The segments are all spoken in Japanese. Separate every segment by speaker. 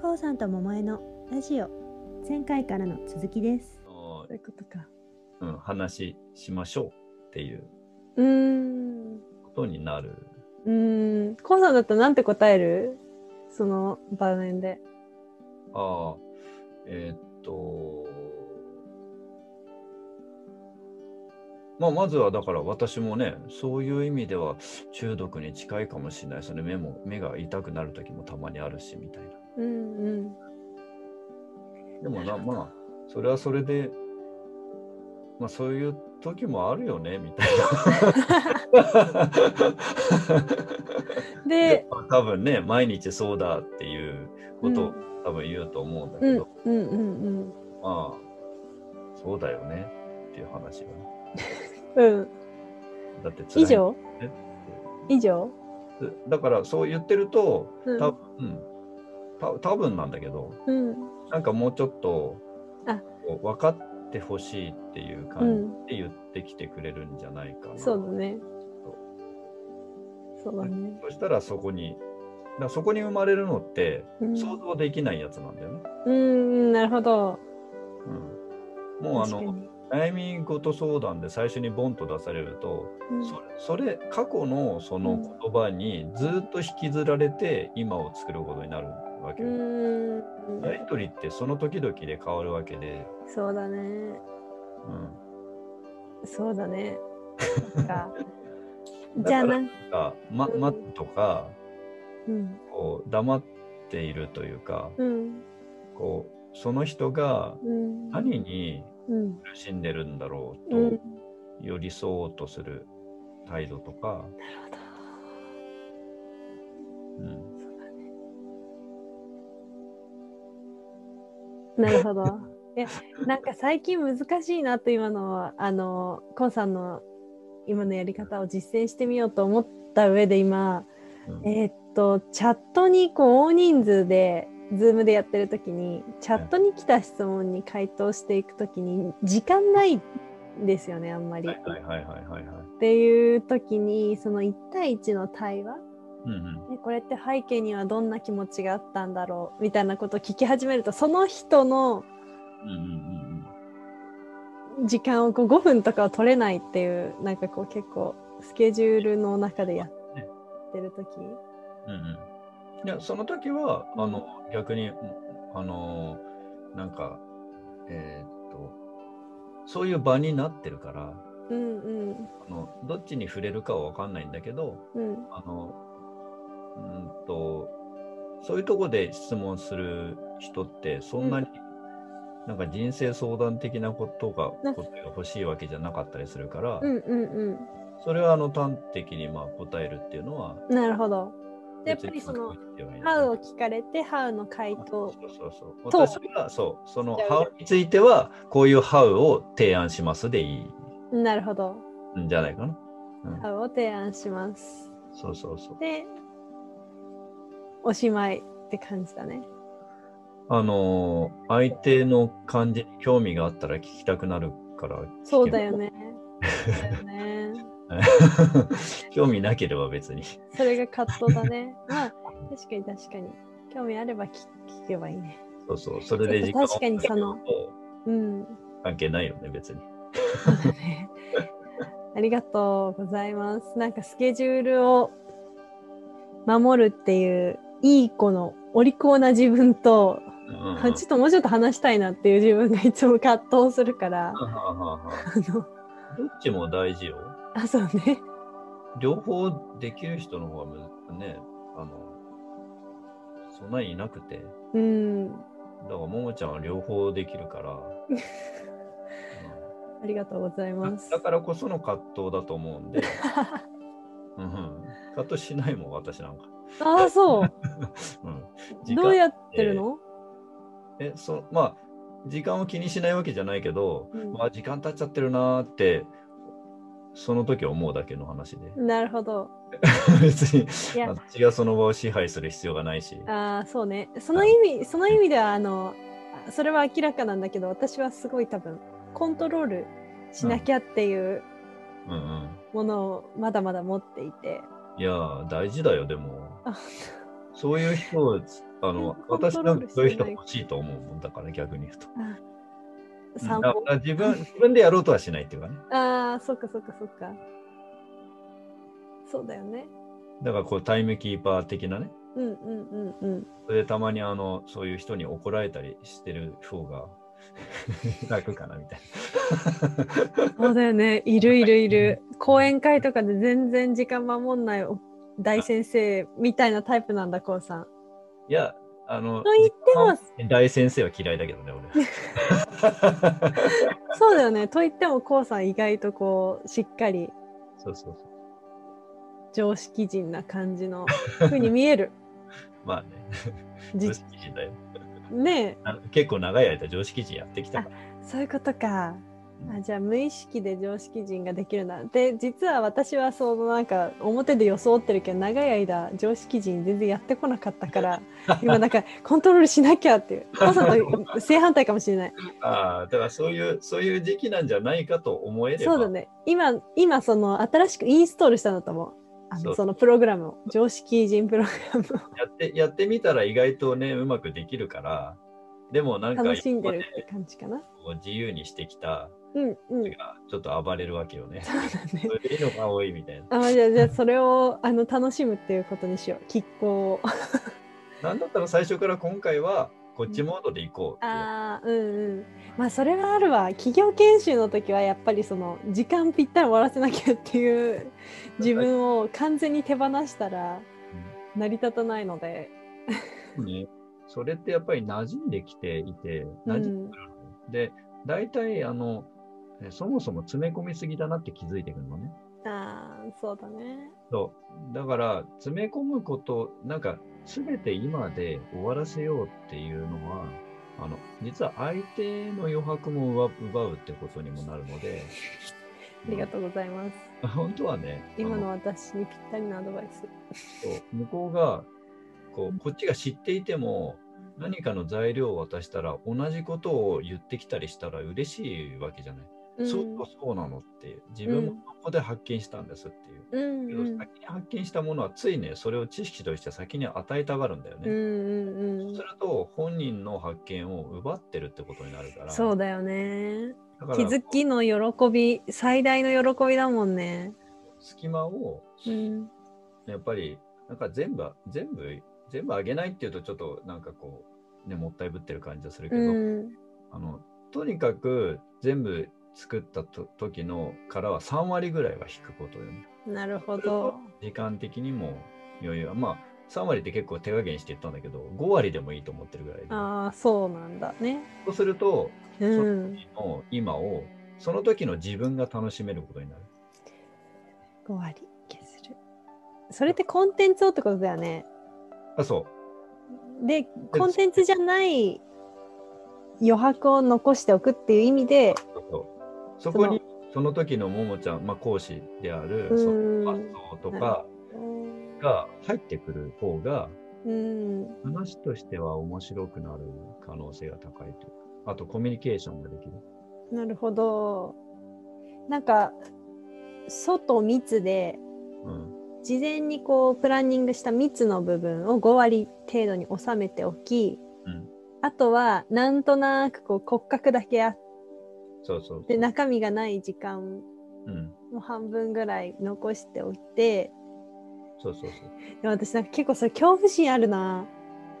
Speaker 1: こうさんと桃江のラジオ前回からの続きです
Speaker 2: の
Speaker 1: そういうことか
Speaker 2: うん、話しましょうっていう
Speaker 3: うーん。
Speaker 2: ことになる。
Speaker 3: うーん。コウさんだったらなんて答えるその場面で。
Speaker 2: ああ、えーっと、まあ、まずはだから私もね、そういう意味では中毒に近いかもしれないですよね。目も目が痛くなる時もたまにあるしみたいな。
Speaker 3: うんうん。
Speaker 2: でもな、まあ、それはそれで、まあ、そういう時もあるよねみたいな。
Speaker 3: で、
Speaker 2: まあ 多分ね、毎日そうだっていうことを多分言うと思うんだ
Speaker 3: う
Speaker 2: け
Speaker 3: ん
Speaker 2: ど、
Speaker 3: うんうん
Speaker 2: まあ、そうだよねっていう話が、ね。
Speaker 3: うん。うん。
Speaker 2: だって辛い
Speaker 3: 以上
Speaker 2: え
Speaker 3: 以上
Speaker 2: だからそう言ってると、
Speaker 3: うん
Speaker 2: 多分、た多分なんだけど、
Speaker 3: うん。
Speaker 2: なんかもうちょっと
Speaker 3: あ
Speaker 2: こう分かってほしいっていう感じで言ってきてくれるんじゃないかな。
Speaker 3: そうだね。そうだね。
Speaker 2: そしたらそこに、だからそこに生まれるのって
Speaker 3: うん
Speaker 2: 想像できないやつなんだよね。
Speaker 3: うん、なるほど。
Speaker 2: うん、もうあ
Speaker 3: 確か
Speaker 2: の
Speaker 3: に
Speaker 2: 悩み事相談で最初にボンと出されると、
Speaker 3: うん
Speaker 2: それそれ過去のその言葉にずっと引きずられて今を作ることになるわけ
Speaker 3: う
Speaker 2: よ、
Speaker 3: ーん。
Speaker 2: やり取りってその時々で変わるわけで、
Speaker 3: そうだね。
Speaker 2: う
Speaker 3: そうだね。そっか
Speaker 2: だから
Speaker 3: じゃあな。
Speaker 2: ん、がま
Speaker 3: うん
Speaker 2: 待つとか
Speaker 3: うん。
Speaker 2: こう黙っているというか
Speaker 3: うん。
Speaker 2: こうその人が
Speaker 3: うん。
Speaker 2: 何に
Speaker 3: うん。
Speaker 2: 苦しんでるんだろうと、
Speaker 3: うん。
Speaker 2: 寄り添おうとする態度とか、うん、
Speaker 3: なるほど。いや、なんか最近難しいなと今のは、あの、コンさんの今のやり方を実践してみようと思った上で今、
Speaker 2: うん
Speaker 3: えーっと、チャットにこう大人数で、ズームでやってる時に、チャットに来た質問に回答していく時に、時間ないんですよね、あんまり。
Speaker 2: はい
Speaker 3: っ
Speaker 2: はいはいはいはいはい。
Speaker 3: ていう時に、その1対1の対話
Speaker 2: うんうん
Speaker 3: ねこれって背景にはどんな気持ちがあったんだろうみたいなことを聞き始めるとその人の
Speaker 2: うんうん
Speaker 3: 時間をこう5分とかは取れないっていうなんかこう結構スケジュールの中でやってる時
Speaker 2: うんうんうんうんいやその時はあの逆にあのなんかえーっとそういう場になってるから
Speaker 3: うんうん
Speaker 2: あのどっちに触れるかは分かんないんだけど
Speaker 3: うん
Speaker 2: あのうーんとそういうとこで質問する人ってそんなに、なんか人生相談的なことが
Speaker 3: な
Speaker 2: 答えが欲しいわけじゃなかったりするから、
Speaker 3: うんうん
Speaker 2: それはあの端的にまあ答えるっていうのは
Speaker 3: うんなるほどでやっぱり
Speaker 2: 別に
Speaker 3: その
Speaker 2: 書く必要な
Speaker 3: 「
Speaker 2: いよね
Speaker 3: How」を聞かれて「How」の回
Speaker 2: そう
Speaker 3: 答
Speaker 2: そうそう。
Speaker 3: と
Speaker 2: 私がそう、その
Speaker 3: じゃあ
Speaker 2: How については、こういう How を提案しますでい
Speaker 3: なるほど
Speaker 2: いんじゃないかな。うん
Speaker 3: 「How」を提案します
Speaker 2: そうそうそう。
Speaker 3: でおしまいって感じだね
Speaker 2: あのー相手の感じに興味があったら聞きたくなるから。
Speaker 3: そうだよねそうだよね
Speaker 2: 聞けば。 興味なければ別に。
Speaker 3: それが葛藤だね。まあ、確かに確かに。興味あれば聞聞けばいいね。
Speaker 2: そうそう。それで時間を
Speaker 3: 確かにそのうん。
Speaker 2: 関係ないよね、別に。
Speaker 3: そうだね。ありがとうございます。なんかスケジュールを守るっていう、いい子のお利口な自分と、
Speaker 2: うんうん
Speaker 3: あちょっともうちょっと話したいなっていう自分がいつも葛藤するから、
Speaker 2: はははは
Speaker 3: あの、
Speaker 2: どっちも大事よ。
Speaker 3: あ、そうね。
Speaker 2: 両方できる人の方がむずね、あの、そんなにいなくて。
Speaker 3: うん。
Speaker 2: だから、ももちゃんは両方できるか ら、うん
Speaker 3: ありがとうございます
Speaker 2: だ。からこその葛藤だと思う んで、うんうん、葛藤しないもん、私なんか。
Speaker 3: ああ、そう。
Speaker 2: うん、時間
Speaker 3: どうやってるの、
Speaker 2: えそまあ、時間を気にしないわけじゃないけど、
Speaker 3: うん
Speaker 2: まあ、時間経っちゃってるなーって、その時思うだけの話で、
Speaker 3: なるほど。
Speaker 2: 別に
Speaker 3: いや
Speaker 2: 私がその場を支配する必要がないし、
Speaker 3: ああそうねその意味その意味ではあのあそれは明らかなんだけど私はすごい多分コントロールしなきゃっていう
Speaker 2: うんうん、
Speaker 3: ものをまだまだ持っていて、
Speaker 2: いやー、大事だよ、でも。そういう人をつあの
Speaker 3: コントロール
Speaker 2: 私
Speaker 3: してない
Speaker 2: なんかそういう人欲しいと思うもんだから逆に言うと。
Speaker 3: 散
Speaker 2: だか
Speaker 3: 歩。
Speaker 2: ら 自分自分でやろうとはしないっていうかね。
Speaker 3: ああ、そっかそっかそっか。そうだよね。
Speaker 2: だからこうタイムキーパー的なね。
Speaker 3: うんうんうんうん。
Speaker 2: それでたまにあのそういう人に怒られたりしてる方が楽かなみたい
Speaker 3: そうだよね。いるいるいる。講演会とかで全然時間守んないお大先生みたいなタイプなんだ、こうさん。
Speaker 2: な。いや、あの、
Speaker 3: と言っても、
Speaker 2: 大先生は嫌いだけどね、俺。
Speaker 3: そうだよね。と言っても、こうさん意外とこう、しっかり
Speaker 2: そうそうそう。
Speaker 3: 常識人な感じの風に見え る。
Speaker 2: まあね、
Speaker 3: じ
Speaker 2: 常識人だよ。
Speaker 3: ね
Speaker 2: あの結構長い間常識人やってきたから。
Speaker 3: え、そういうことか。あじゃあ無意識で常識人ができるなで実は私はそのなんか表で装ってるけど長い間常識人全然やってこなかったから 今なんかコントロールしなきゃっていう母さんと正反対かもしれ ない
Speaker 2: ああ、だからそういう、そういう時期なんじゃないかと思えれば。
Speaker 3: そうだね今今その新しくインストールしたんだと思うあ
Speaker 2: そ
Speaker 3: の
Speaker 2: う
Speaker 3: そのプログラムを常識人プログラム
Speaker 2: やって、やってみたら意外とね、うまくできるから、でもなん
Speaker 3: を
Speaker 2: か、
Speaker 3: 楽しんでる
Speaker 2: 今
Speaker 3: って感じかな
Speaker 2: までこう自由にしてきた、
Speaker 3: うんうん
Speaker 2: ちょっと暴れるわけよね。
Speaker 3: そうだね
Speaker 2: それでいいのが多いみたいな。
Speaker 3: あじゃあじゃあそれをあの楽しむっていうことにしよう拮抗を
Speaker 2: なんだったら最初から今回はこっちモードで行こうっていう。
Speaker 3: あーうんうんまあそれはあるわ企業研修の時はやっぱりその時間ぴったり終わらせなきゃっていう自分を完全に手放したら成り立たないので、
Speaker 2: ね、それってやっぱり馴染んできていて、
Speaker 3: う
Speaker 2: 馴染
Speaker 3: ん、
Speaker 2: で、大体あの、えそもそも詰め込みすぎだなって気づいてくるのね。
Speaker 3: あーそうだね
Speaker 2: そう。だから、詰め込むこと、なんか、すべて今で終わらせようっていうのは、あの、実は相手の余白も奪う奪うってことにもなるので、
Speaker 3: ありがとうございます
Speaker 2: うん本当はね、あ
Speaker 3: 今の私にぴったりなアドバイス
Speaker 2: そう向こうがこうこっちが知っていても何かの材料を渡したら同じことを言ってきたりしたら嬉しいわけじゃない、
Speaker 3: うん
Speaker 2: そうそうなのっていう自分も
Speaker 3: うん
Speaker 2: ここで発見したんですっていう、
Speaker 3: うん
Speaker 2: け
Speaker 3: う
Speaker 2: ど
Speaker 3: ん
Speaker 2: 先に発見したものはついねそれを知識として先に与えたがるんだよ
Speaker 3: うんう
Speaker 2: ね、
Speaker 3: んう
Speaker 2: そうんすると本人の発見を奪ってるってことになるから
Speaker 3: そうだよね
Speaker 2: だから
Speaker 3: 気づきの喜び最大の喜びだもんね
Speaker 2: 隙間を
Speaker 3: うん
Speaker 2: やっぱりなんか全部全部全部あげないっていうとちょっとなんかこうねもったいぶってる感じがするけど、
Speaker 3: うん
Speaker 2: あのとにかく全部作ったと時のからは3割ぐらいは引くことよね。
Speaker 3: なるほど。
Speaker 2: 時間的にも余裕はまあ3割って結構手加減して言ったんだけど5割でもいいと思ってるぐらいで
Speaker 3: ああ、そうなんだね。
Speaker 2: そうすると
Speaker 3: う
Speaker 2: そ
Speaker 3: ん。
Speaker 2: もう今をその時の自分が楽しめることになる。
Speaker 3: 5割削る。それってコンテンツをってことだよね。
Speaker 2: あそ
Speaker 3: で、コンテンツじゃない余白を残しておくっていう意味で
Speaker 2: う、そうそうそこにその時のももちゃん、まあ、講師である
Speaker 3: うん
Speaker 2: その発想とか
Speaker 3: うん
Speaker 2: が入ってくる方が
Speaker 3: うん、
Speaker 2: 話としては面白くなる可能性が高いというかあとコミュニケーションができる。
Speaker 3: なるほど。なんか、外密で、
Speaker 2: うん、
Speaker 3: 事前にこうプランニングした密の部分を5割程度に収めておき、
Speaker 2: うん
Speaker 3: あとはなんとなくこう骨格だけあっ
Speaker 2: そうそうそう。
Speaker 3: て中身がない時間
Speaker 2: うん、
Speaker 3: の半分ぐらい残しておいて
Speaker 2: そうそうそう。
Speaker 3: でも私なんか結構それ恐怖心あるな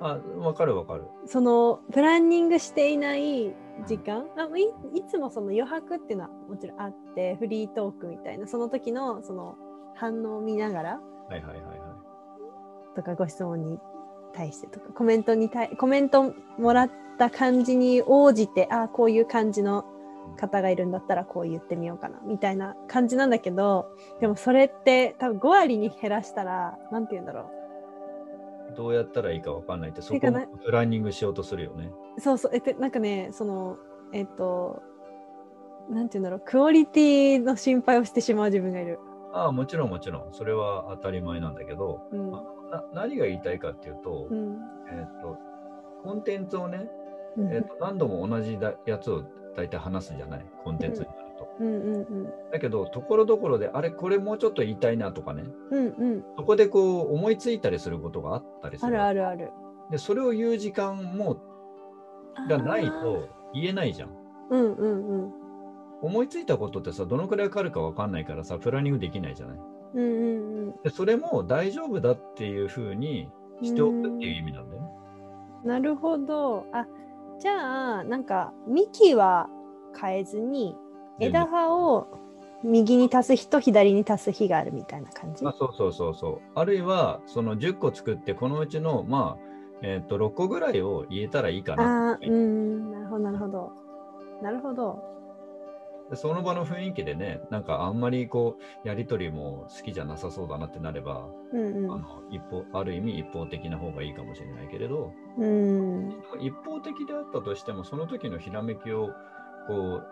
Speaker 2: あ、わかるわかる。
Speaker 3: そのプランニングしていない時間、あいいつもその余白っていうのはもちろんあってフリートークみたいなその時のその反応を見ながら
Speaker 2: はいはいはいは
Speaker 3: とかご質問に対してとかコメントに対コメントもらった感じに応じてああこういう感じの方がいるんだったらこう言ってみようかなみたいな感じなんだけどでもそれって多分5割に減らしたら何て言うんだろ
Speaker 2: い。どうやったらいいかわかんないって、そ
Speaker 3: て
Speaker 2: こ
Speaker 3: か
Speaker 2: も
Speaker 3: な
Speaker 2: プランニングしようとするよね。
Speaker 3: うそうそうえってなんかねそのえっと何て言うんだろうクオリティの心配をしてしまう自分がいる。
Speaker 2: ああ、もちろんもちろん。それは当たり前なんだけど、
Speaker 3: うん
Speaker 2: な何が言いたいかっていうと、
Speaker 3: うん
Speaker 2: えっと、コンテンツをね、
Speaker 3: うん
Speaker 2: えっと何度も同じだやつを大体話すじゃない、コンテンツになると。
Speaker 3: うんうんうん
Speaker 2: だけど、ところどころで、あれ、これもうちょっと言いたいなとかね、
Speaker 3: うんうん
Speaker 2: そこでこう思いついたりすることがあったりす
Speaker 3: あ
Speaker 2: る。
Speaker 3: るあるある
Speaker 2: で、それを言う時間もがないと言えないじゃん。
Speaker 3: あーうんうんうん
Speaker 2: 思いついたことってさ、どのくらいかかるかわかんないからさ、プランニングできないじゃない。
Speaker 3: うんうんうん
Speaker 2: で、それも大丈夫だっていうふうにしておくっていう意味なんだよね。
Speaker 3: なるほどあじゃあなんか幹は変えずに
Speaker 2: 全然
Speaker 3: 枝葉を右に足す日と左に足す日があるみたいな感じ
Speaker 2: まあ、そうそうそうそう。あるいは、その10個作って、このうちの、まあ、えっ、と、6個ぐらいを言えたらいいかな。
Speaker 3: あーうんなるほどなるほどなるほど
Speaker 2: でその場の雰囲気でね、なんかあんまりこう、やりとりも好きじゃなさそうだなってなれば、
Speaker 3: うん
Speaker 2: あの一方ある意味一方的な方がいいかもしれないけれど、
Speaker 3: うんうん
Speaker 2: 一方的であったとしても、その時のひらめきをこう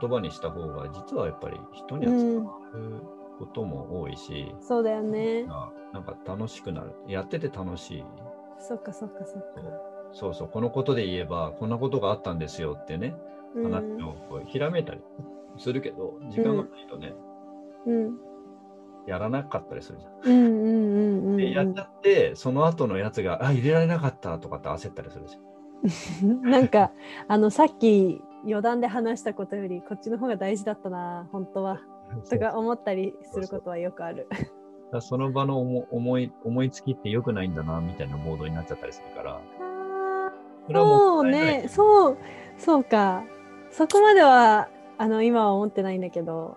Speaker 2: 言葉にした方が、実はやっぱり人には伝わることも多いし、
Speaker 3: そうだよね
Speaker 2: あなんか楽しくなる、やってて楽しい。
Speaker 3: そっかそっかそっか
Speaker 2: そうそう、このことで言えば、こんなことがあったんですよってね、
Speaker 3: うん
Speaker 2: 話をこうひらめいたりするけど、時間がないとね、
Speaker 3: うん
Speaker 2: やらなかったりするじ
Speaker 3: う
Speaker 2: ゃん。
Speaker 3: んうんうんうん
Speaker 2: で、やっちゃって、その後のやつが、あ、入れられなかったとかって焦ったりするじゃ ん。
Speaker 3: なんかあのさっき余談で話したことよりこっちの方が大事だったな本当はとか思ったりすることはよくある。
Speaker 2: だからその場の思思い思いつきって良くないんだなみたいなモードになっちゃったりするから、それは
Speaker 3: そ
Speaker 2: も
Speaker 3: う
Speaker 2: ったいない
Speaker 3: ねそうそうかそこまではあの今は思ってないんだけど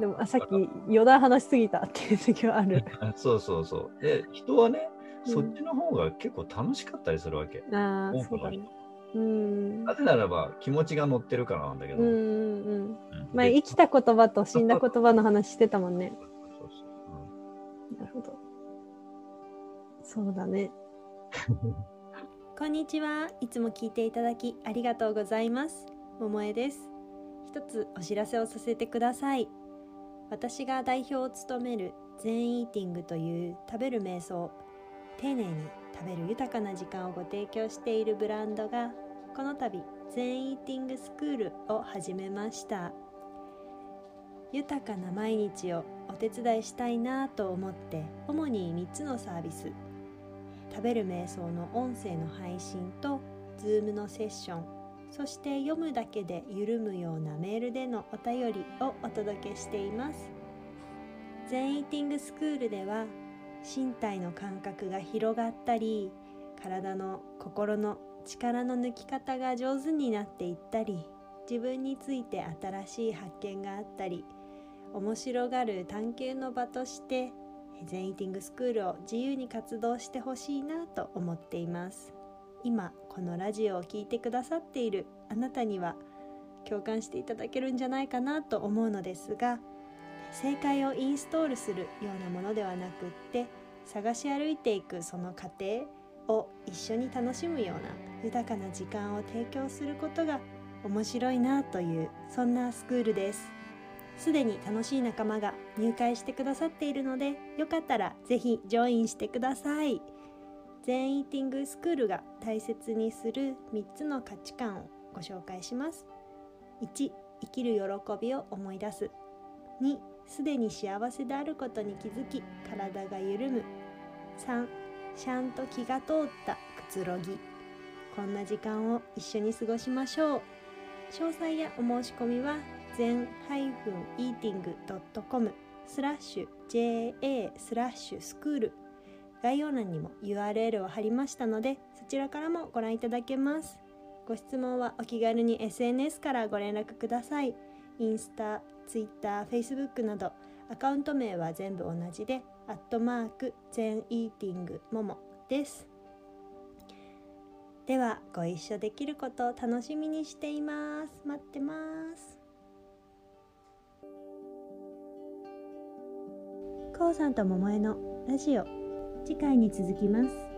Speaker 3: でもあさっき余談話しすぎたっていう時はあ る。
Speaker 2: あそうそうそう。で、人はね、
Speaker 3: うん
Speaker 2: そっちの方が結構楽しかったりするわけ。
Speaker 3: ああ
Speaker 2: 多
Speaker 3: そ
Speaker 2: く
Speaker 3: うだ
Speaker 2: の人
Speaker 3: ね。うん
Speaker 2: なぜならば気持ちが乗ってるからなんだけ
Speaker 3: う
Speaker 2: ど、
Speaker 3: んうんうん、
Speaker 2: うん
Speaker 3: 前
Speaker 2: で
Speaker 3: 生きた言葉と死んだ言葉の話してたもんね。
Speaker 2: そうそう
Speaker 3: なるほど。そうだね。
Speaker 1: こんにちは。いつも聞いていただきありがとうございます。ももえです。一つお知らせをさせてください。私が代表を務める全イーティングという食べる瞑想、丁寧に食べる豊かな時間をご提供しているブランドが、この度全イーティングスクールを始めました。豊かな毎日をお手伝いしたいなぁと思って、主に3つのサービス、食べる瞑想の音声の配信と Zoom のセッションそして読むだけで緩むようなメールでのお便りをお届けしています全イーティングスクールでは身体の感覚が広がったり体の心の力の抜き方が上手になっていったり自分について新しい発見があったり面白がる探求の場として全イーティングスクールを自由に活動してほしいなと思っています今このラジオを聞いてくださっているあなたには共感していただけるんじゃないかなと思うのですが正解をインストールするようなものではなくって探し歩いていくその過程を一緒に楽しむような豊かな時間を提供することが面白いなというそんなスクールですすでに楽しい仲間が入会してくださっているので、よかったらぜひジョインしてください。全イーティングスクールが大切にする3つの価値観をご紹介します。1、生きる喜びを思い出す。2、すでに幸せであることに気づき、体が緩む。3、ちゃんと気が通ったくつろぎ。こんな時間を一緒に過ごしましょう。詳細やお申し込みは全 -eating.com スラッシュ JA スラッシュスクール概要欄にも URL を貼りましたのでそちらからもご覧いただけますご質問はお気軽に SNS からご連絡くださいインスタ、ツイッター、フェイスブックなどアカウント名は全部同じでアットマーク全イーティングももですではご一緒できることを楽しみにしています待ってますこうさんと桃江のラジオ次回に続きます